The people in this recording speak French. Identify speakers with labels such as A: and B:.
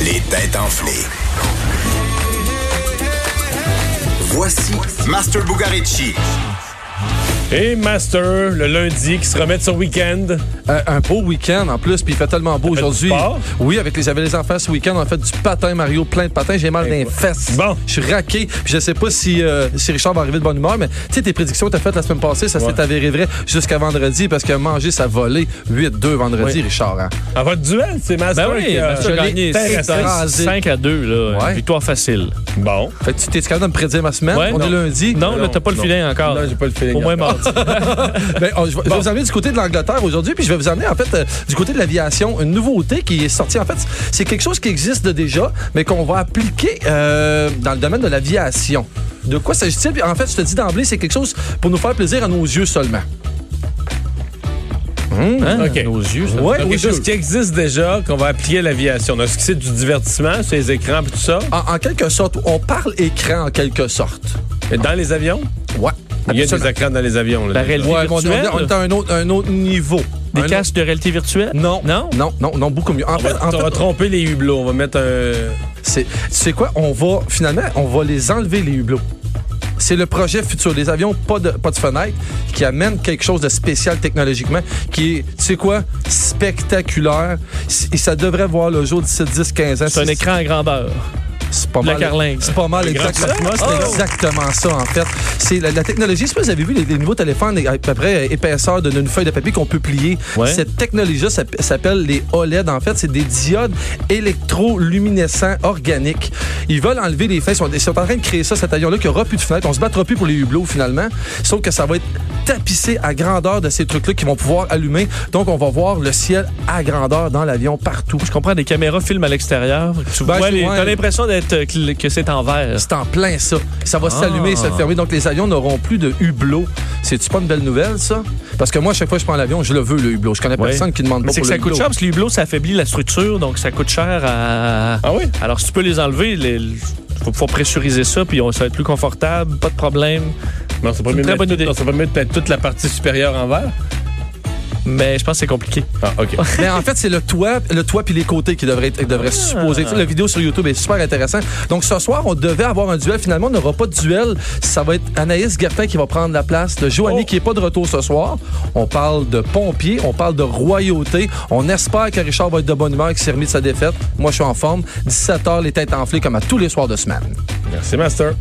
A: Les têtes enflées. Voici Master Bugarici.
B: Et Master, le lundi, qui se remet de son week-end.
C: Euh, un beau week-end en plus, puis il fait tellement beau
B: fait du
C: aujourd'hui.
B: sport?
C: Oui, avec les, j'avais les enfants ce week-end, on a fait du patin, Mario, plein de patins. J'ai mal dans les fesses.
B: Eh Bon.
C: Je suis raqué. Puis Je sais pas si, euh, si Richard va arriver de bonne humeur, mais tu sais, tes prédictions que t'as faites la semaine passée, ça
B: Ouais.
C: s'est avéré vrai jusqu'à vendredi parce que manger, ça volait 8-2 vendredi,
B: Oui.
C: Richard. hein.
B: À votre duel, c'est Master
D: Ben oui,
B: qui a
D: Master
C: euh, je
D: a
C: l'ai
D: gagné
B: terrassé.
C: 5
D: 5 à 2, là.
C: Ouais.
D: Une victoire facile.
B: Bon.
C: Fait que tu t'es capable de me prédire ma semaine.
D: Ouais,
C: on
D: non.
C: est lundi. Euh,
D: Non, là, t'as pas le
B: non.
D: filet encore.
B: Non, j'ai pas le feeling hein.
D: Au moins mardi.
C: Ben, on- je vais je vais vous amener du côté de l'Angleterre aujourd'hui, puis je vais vous amener en fait euh, du côté de l'aviation une nouveauté qui est sortie. En fait, c'est quelque chose qui existe déjà, mais qu'on va appliquer euh, dans le domaine de l'aviation. De quoi s'agit-il Puis, En fait, je te dis d'emblée, c'est quelque chose pour nous faire plaisir à nos yeux seulement.
D: Hein?
B: OK.
D: Nos yeux, ça.
B: Ouais,
C: fait
B: donc quelque
C: quelque
B: chose
C: chose.
B: qui existe déjà, qu'on va appliquer à l'aviation. On a ce qui c'est du divertissement sur les écrans et tout ça.
C: En, en quelque sorte, on parle écran en quelque sorte.
B: Mais dans les avions,
C: Ouais.
B: il y a des
C: absolument.
B: écrans dans les avions. là,
D: La
B: déjà.
D: réalité
C: Ouais, mais on,
D: virtuelle.
C: on est à un autre, un autre niveau.
D: Des
C: Un
D: casques de réalité virtuelle?
C: autre- Non,
D: Non?
C: non, non, non, beaucoup mieux. En
B: On
C: fait,
B: va,
C: en
B: on va
C: fait,
B: tromper les hublots. On va mettre un.
C: C'est, tu sais quoi? On va, finalement, on va les enlever, les hublots. C'est le projet futur. Les avions, pas de, pas de fenêtre, qui amène quelque chose de spécial technologiquement, qui est, tu sais quoi? Spectaculaire. C- Et ça devrait voir le jour d'ici 10, 15 ans.
D: C'est un écran à grandeur.
C: C'est pas
D: de la
C: mal.
D: carlingue.
C: C'est pas mal,
B: Le grand
C: exactement.
B: Cosmos,
C: C'est
B: oh!
C: exactement ça, en fait. C'est la, la technologie. Je sais pas si vous avez vu les, les nouveaux téléphones, à peu près euh, épaisseur d'une d'une feuille de papier qu'on peut plier.
D: Ouais.
C: Cette technologie-là s'app- s'appelle les OLED. En fait, c'est des diodes électroluminescents organiques. Ils veulent enlever les feuilles. Ils sont, ils sont en train de créer ça, cet avion-là, qui aura plus de fenêtres. On se battra plus pour les hublots, finalement. Sauf que ça va être tapissé à grandeur de ces trucs-là qui vont pouvoir allumer. Donc, on va voir le ciel à grandeur dans l'avion partout.
D: Je comprends, des caméras filment à l'extérieur. Tu
C: Ben,
D: vois,
C: c'est-
D: les-
C: ouais.
D: t'as l'impression d'être euh, que que c'est en verre.
C: euh, C'est en plein ça. Ça va
D: Ah.
C: s'allumer et se fermer. Donc, les avions n'auront plus de hublot. C'est-tu pas une belle nouvelle, ça? Parce que moi, à chaque fois que je prends l'avion, je le veux, le hublot. Je connais
D: Ouais.
C: personne qui demande
D: Mais
C: pas
D: c'est
C: pour
D: que
C: le
D: ça coûte
C: hublot.
D: cher parce que les hublots, ça affaiblit la structure, donc ça coûte cher à.
B: Ah oui?
D: Alors, si tu peux les enlever, il faut pouvoir pressuriser ça, puis on- ça va être plus confortable, pas de problème.
B: Non, c'est pas mieux
D: C'est une
B: de
D: très
B: mettre
D: bonne
B: tout-
D: idée.
B: non, c'est pas mieux de mettre toute la partie supérieure en verre.
D: Mais je pense que c'est compliqué.
B: Ah, OK.
C: Mais Ben, en fait, c'est le toit, le toit puis les côtés qui devraient, être- devraient supposer. La vidéo sur YouTube est super intéressante. Donc, ce soir, on devait avoir un duel. Finalement, on n'aura pas de duel. Ça va être Anaïs Gertin qui va prendre la place de Joanie
B: Oh.
C: qui n'est pas de retour ce soir. On parle de pompiers, on parle de royauté. On espère que Richard va être de bonne humeur et qu'il s'est remis de sa défaite. Moi, je suis en forme. 17h, les têtes enflées comme à tous les soirs de semaine.
B: Merci, Master.